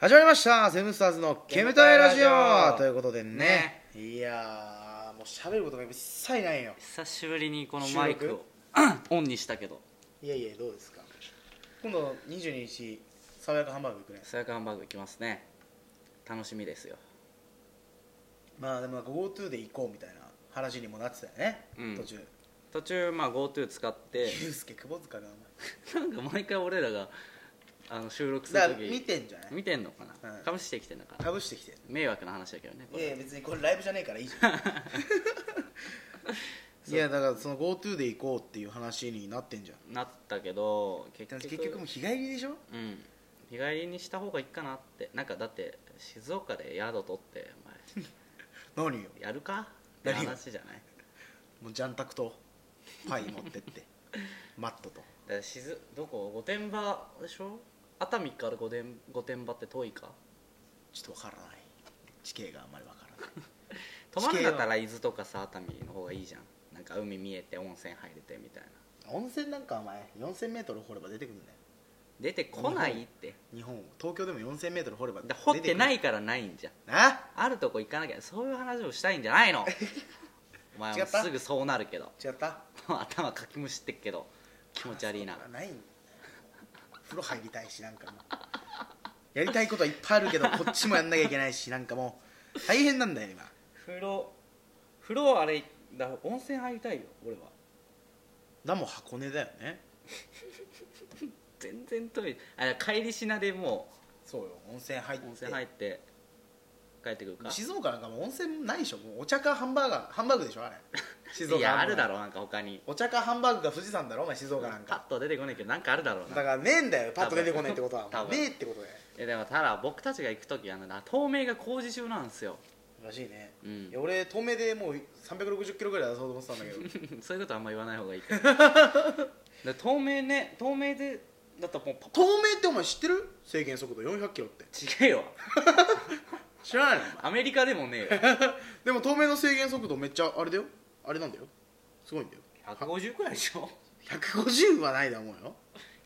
始まりましたセブンスターズの煙たいラジオということでねいやーもう喋ることが一切ないよ久しぶりにこのマイクを オンにしたけどいやいやどうですか今度22日爽やかハンバーグ行くねさやかハンバーグ行きますね楽しみですよまあでもなんか GoTo で行こうみたいな話にもなってたよね、うん途中途中まあ GoTo 使ってユうスケ窪塚がおなんか毎回俺らがあの収録する前だから見時てんじゃない見てんのかな、うんかぶしてきてんのかなかぶしてきて迷惑な話だけどねこいれやいや別にこれライブじゃねえからいいじゃ んいやだからその GoTo で行こうっていう話になってんじゃんなったけど結でも局結局もう日帰りでしょうん日帰りにした方がいいかなってなんかだって静岡で宿取ってお前何よやるかって何が話じゃないもうジャンタクとパイ持ってって マットとだから静どこ御殿場でしょ熱海から御殿御殿場って遠いかちょっとわからない地形があんまりわからない泊まるんだったら伊豆とかさ熱海の方がいいじゃんなんか海見えて温泉入れてみたいな温泉なんかお前 4000m 掘れば出てくるんだよ出てこないって日本東京でも 4000m 掘ればだ掘ってないいからないんじゃんああるとこ行かなきゃそういう話をしたいんじゃ ないのお前違もったすぐそうなるけど 違った頭かきむしってっけど気持ち悪いなそんないんだよ風呂入りたいしなんかもうやりたいことはいっぱいあるけどこっちもやんなきゃいけないしなんかもう大変なんだよ今風呂風呂あれだ温泉入りたいよ俺はだもん箱根だよね全然遠いあ帰りしなでもそうよ温泉入っう温泉入って帰ってくるか静岡なんかもう温泉ないでしょもうお茶かハンバーガーハンバーグでしょあれ静岡いやあるだろろうなんか他にお茶かハンバーグが富士山だろお前静岡なんパかッと出てこないけどなんかあるだろだうなからねえんだよパッと出てこないってことは多分ねえってことだよえでもただ僕たちが行く時あのな透明が工事中なんですよらしいね、うんいや俺透明でもう360キロぐらい出そうと思ってたんだけど そういうことあんま言わない方がいいけど で透明ね透明でだったらもうパ透明ってお前知ってる制限速度400キロって違えよ知らないのアメリカでもねえよでも透明の制限速度めっちゃあれだよあれなんだよすごいんだよ150くらいでしょ150はないと思うよ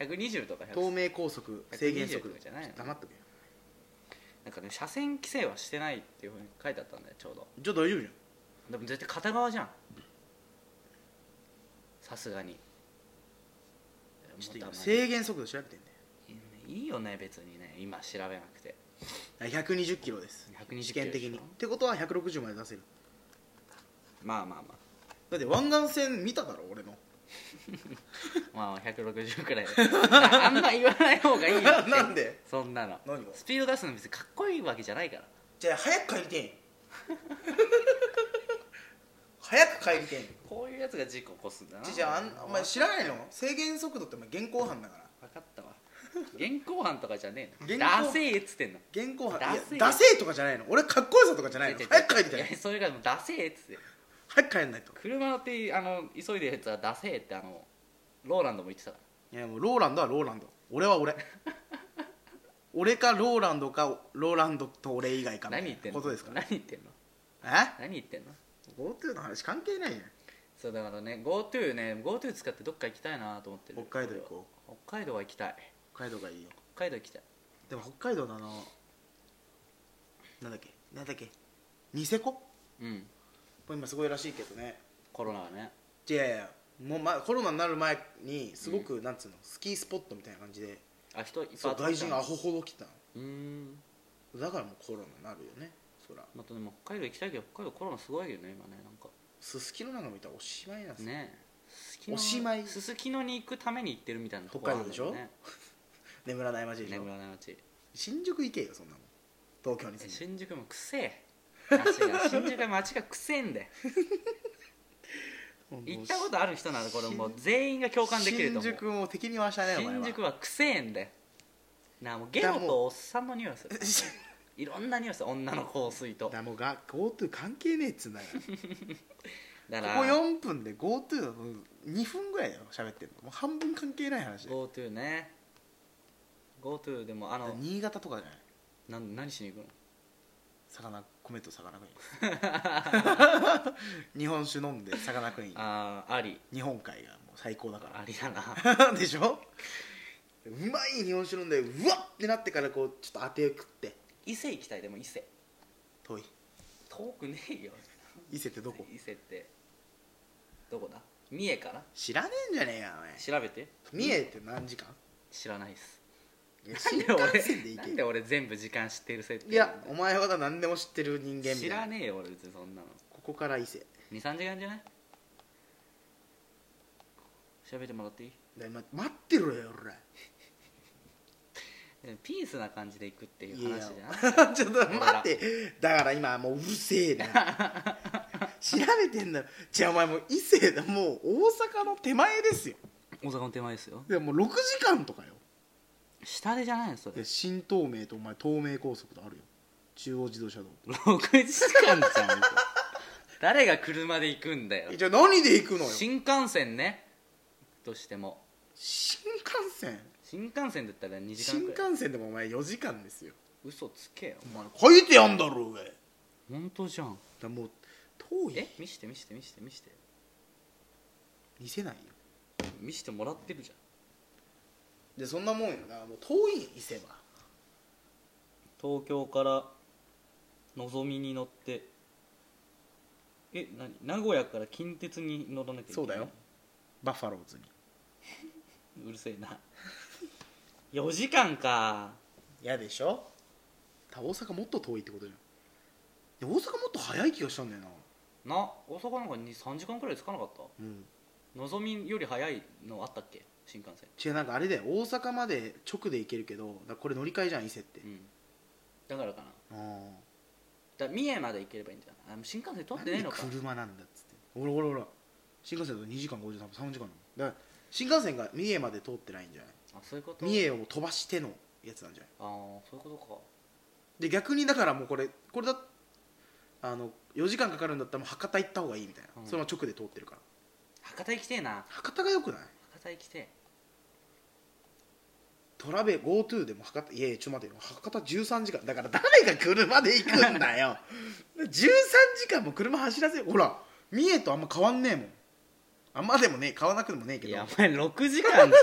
120とか100透明高速制限速度120じゃないの黙っとけよなんかね車線規制はしてないっていうふうに書いてあったんだよちょうどじゃあ大丈夫じゃんでも絶対片側じゃんさすがにちょっとも今っとあんまり制限速度調べてんだよいいよね別にね今調べなくて120キロです120キロでしょ試験的にってことは160まで出せるまあまあ まだって湾岸線見ただろ俺のあまあ160くらいであんま言わない方がいいよっ てなんでそんなの何がスピード出すの別にかっこいいわけじゃないからじゃあ早く帰りてん 早く帰りてんこういうやつが事故起こすんだなじゃああんお前知らないの制限速度ってお前現行犯だから分かったわ現行犯とかじゃねえの現行ダセえっつってんの現行犯いダやセえダセえとかじゃないの俺かっこよさとかじゃないの違う違う早く帰りたいやそれがもうダセえっつって早く帰んないと車乗ってあの急いでるやつはダセえってあのローランドも言ってたかいやもうローランドはローランド俺は 俺俺かローランドかローランドと俺以外からみたいな何言ってんのことですか何言ってんのえ何言ってんの GoTo の話関係ないねそうだからね GoTo ね GoTo 使ってどっか行きたいなと思ってる北海道行こう北海道は行きたい北海道がいいよ北海道行きたいでも北海道のあのなんだっけなんだっけニセコうん今すごいらしいけどねコロナはねいやいやもう、ま、コロナになる前にすごく、なんつうのスキースポットみたいな感じであ人いっぱいそう集ま外った人がアホほど来たのうーんだからもうコロナになるよねそらまたでも北海道行きたいけど北海道コロナすごいよね今ねなんかすすきのなんか見たらおしまいなんですよ、ねすすきのおしまいすすきのに行くために行ってるみたいなとこ北海道でしょあるんだよね眠らない街でしょ、眠らない街新宿行けよそんなもん東京にえ住んで新宿もくせえ街が新宿は街がくせえんだよもう行ったことある人ならこれもう全員が共感できると思新う宿も敵に回したねお前は 新宿はくせえんだよなあもうゲロとおっさんの匂いするいろんな匂いする女の香水とだからもうが GoTo 関係ねえっつうんだよこだこから4分で GoTo の2分ぐらいだよ喋ってんのもう半分関係ない話だよ GoTo ね GoTo でもあの新潟とかじゃないなん何しに行くの魚米と魚食い 日本酒飲んで魚食いあああり日本海がもう最高だか ありだならでしょうまい日本酒飲んでうわっってなってからこうちょっと当て食って 伊勢行きたいでも伊勢遠い遠くねえよ伊勢ってどこ伊勢ってどこだ三重かな知らねえんじゃねえよ調べてお前三重って何時間知らないっすいやなん新で俺幹線で行なけんで俺全部時間知ってる設定いやお前は何でも知ってる人間みたい知ならねえよ俺別にそんなのここから伊勢23時間じゃない調べてもらっていいだ今待ってろよ俺でもピースな感じで行くっていうい話やじゃ んちょっと待ってだから今もううるせえな調べてんだろじゃあお前もう伊勢だもう大阪の手前ですよ大阪の手前ですよでももう6時間とかよ下でじゃないのそいれや新東名とお前東名高速とあるよ中央自動車道6時間じゃん僕誰が車で行くんだよえじゃあ何で行くのよ新幹線ねとしても新幹線新幹線だったら2時間新くらい幹線でもお前4時間ですよ嘘つけよお前書いてやんだろうがだか本当じゃんらもう遠いえ見して見して見して見して見せないよ見してもらってるじゃんでそんなもんよなもう遠い伊勢は東京からのぞみに乗ってえ何名古屋から近鉄に乗らなきゃいけないそうだよバッファローズにうるせえな4時間か嫌でしょだから大阪もっと遠いってことじゃんで大阪もっと早い気がしたんだよなな大阪なんか23時間くらいつかなかったうんのぞみより早いのあったっけ新幹線違うなんかあれだよ大阪まで直で行けるけどだからこれ乗り換えじゃん伊勢ってうんだからかなああだ三重まで行ければいいんじゃないあもう新幹線通なっんてねえでのか車なんだっつってほらほらほら新幹線だと2時間53分3時間なのだから新幹線が三重まで通ってないんじゃないあそういうこと三重を飛ばしてのやつなんじゃないああそういうこで逆にだからもうこれこれだあの4時間かかるんだったらもう博多行った方がいいみたいな、うんそれも直で通ってるからとか博多行きてえな博多がよくない博多行きてえトラベ GoTo でも博多いやいやちょっと待ってよ博多13時間だから誰が車で行くんだ よ13時間も車走らせほら三重とあんま変わんねえもんあんまでもねえ変わなくてもねえけいど やお前6時間じゃんい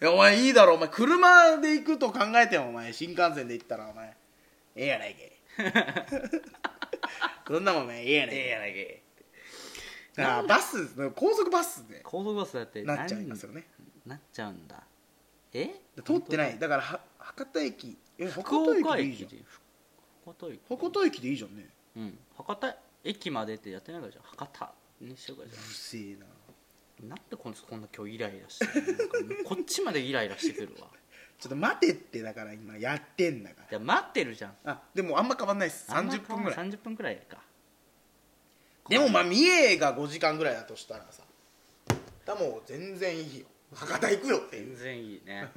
やお前いいだろお前車で行くと考えてよお前新幹線で行ったらお前ええやないけ そんなもんお前ええやないええけやないけだからバス高速バスで 高速バスだってなっちゃいますよねなっちゃうんだえ通ってないだからは博多駅え福博多岡駅でいいじ駅ゃんで博多駅博多駅でいいじゃんねうん博多駅までってやってないからじゃん博多にしようかじうるせえなゃんなんでこのこんな今日イライラしてるのなんかこっちまでイライラしてくるわちょっと待てってだから今やってんだかじゃ待ってるじゃんらあでもあんま変わんないです30分ぐらい30分ぐらいかでもまあ三重が5時間ぐらいだとしたらさだからもう全然いいよ博多行くよっていう全然いいね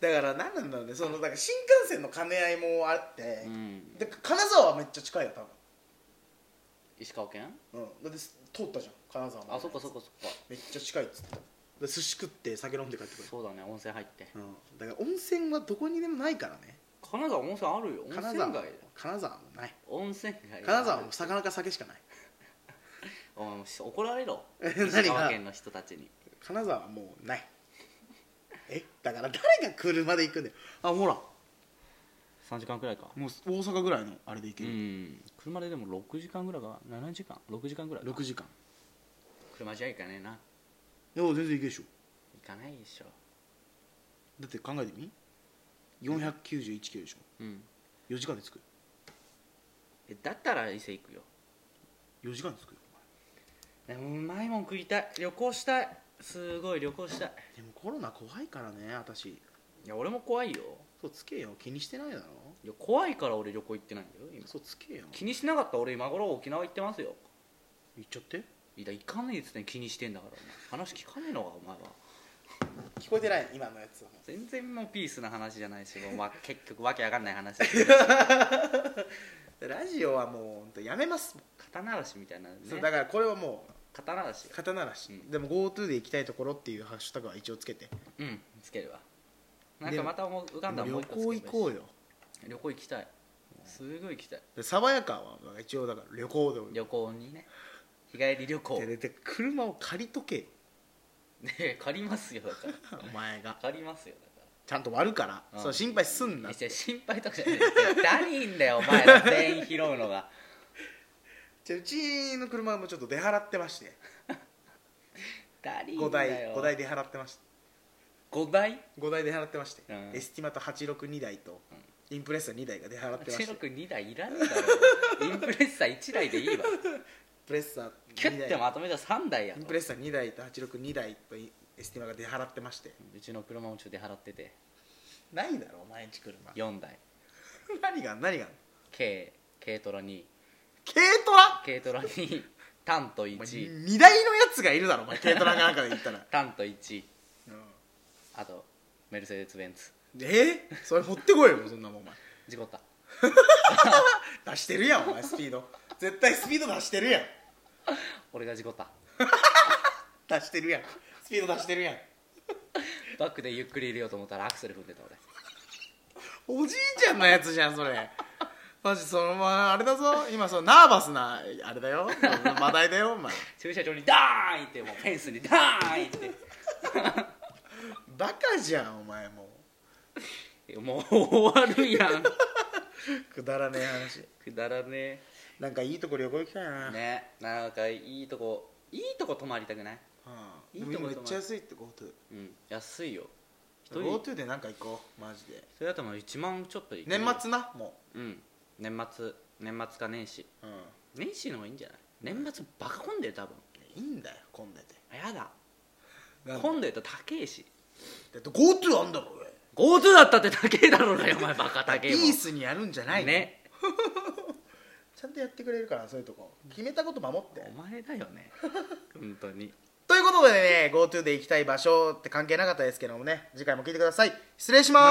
だから何なんだろうねそのだから新幹線の兼ね合いもあってう、んで金沢はめっちゃ近いよ多石川県分、うん、だって通ったじゃん金沢まであそっかそっかそっかめっちゃ近いっつってたで寿司食って酒飲んで帰ってくるそうだね温泉入ってうん、だから温泉はどこにでもないからね金沢温泉あるよ温金泉沢街だもよ金沢もない温泉街金沢はもうなかなか酒しかないお前もう怒られろ何が石川県の人たちに金沢はもうないえだから誰が車で行くんだよあほら3時間くらいかもう大阪ぐらいのあれで行うける、ん車ででも6時間ぐらいか7時間6時間ぐらいか6時間車じゃ行かねえないや全然行けるでしょ行かないでしょだって考えてみ491キロでしょうん4時間で着くよえだったら伊勢行くよ4時間で着くよでもうまいもん食いたい旅行したいすごい旅行したいお前でもコロナ怖いからね私いや俺も怖いよそうつけよ気にしてないだろいや怖いから俺旅行行ってないんだよ今そうつけよ気にしなかったら俺今頃沖縄行ってますよ行っちゃっていや行かねえっつってん気にしてんだからお前話聞かねえのかお前は聞こえてない今のやつは全然もうピースな話じゃないしもう、まあ、 結局わけわかんない話ラジオはもう本当やめますもん肩慣らしみたいなねそうだからこれはもう肩慣らし肩慣らし、うんでも GoTo で行きたいところっていうハッシュタグは一応つけてうんつけるわなんかまた思う浮かんだらもう旅一個行つ行けこばいうよいし旅行行きたいすごい行きたいで爽やかは一応だから旅行でも旅行にね日帰り旅行でで車を借りとけよねえ借りますよだからお前が借りますよだかちゃんと割るから、うんそう心配すんらないや心配とかじゃない誰いいんだよお前ら全員拾うのがじゃあうちの車もちょっと出払ってまして誰いいん5だ台よ5台出払ってまして5台5台出払ってまして、うんエスティマと862台と、インプレッサー2台が出払ってまして8六2台いらねえだろインプレッサー1台でいいわプレッサーキュ2ッて台まとめたら3台やイろンプレッサー2台と862台とエスティマが出払ってましてうちの車もちょっと払っててないだろお前んち車4台何があん何があんの軽軽トラ2軽トラ軽トラ2タントお前1 2台のやつがいるだろお前軽トラなんかで言ったら、タント1 うんあとメルセデス・ベンツえーそれ持ってこいよそんなもんお前事故った出してるやんお前スピード絶対スピード出してるやん俺が事故った出してるやんスピード出してるやんバックでゆっくり入れようと思ったらアクセル踏んでた俺おじいちゃんのやつじゃんそれマジそのまああれだぞ今そのナーバスなあれだよマダイだよお前駐車場にダーンってもうフェンスにダーンってバカじゃんお前もえもう終わるや んうくだらねえ話くだらねなんかいいとこ旅行行きたいえな、ねなんかいいとこいいとこ泊まりたくないうん、いいとでこも今めっちゃ安いって GoTo うん安いよ一人 GoTo でなんか行こうマジでそれだともう1万ちょっといける年末なもうん年末年末か年始う、うん、年始の方がいいんじゃない年末バカ混んでる多分いいんだよ混んでてあやだ混ん混んでると高えしでて GoTo あんだろ俺 GoTo だったって高えだろうがよお前バカ高えピもんースにやるんじゃないのねちゃんとやってくれるからそういうとこ決めたこと守ってお前だよ ね本当にということでね GoTo で行きたい場所って関係なかったですけどもね次回も聞いてください失礼します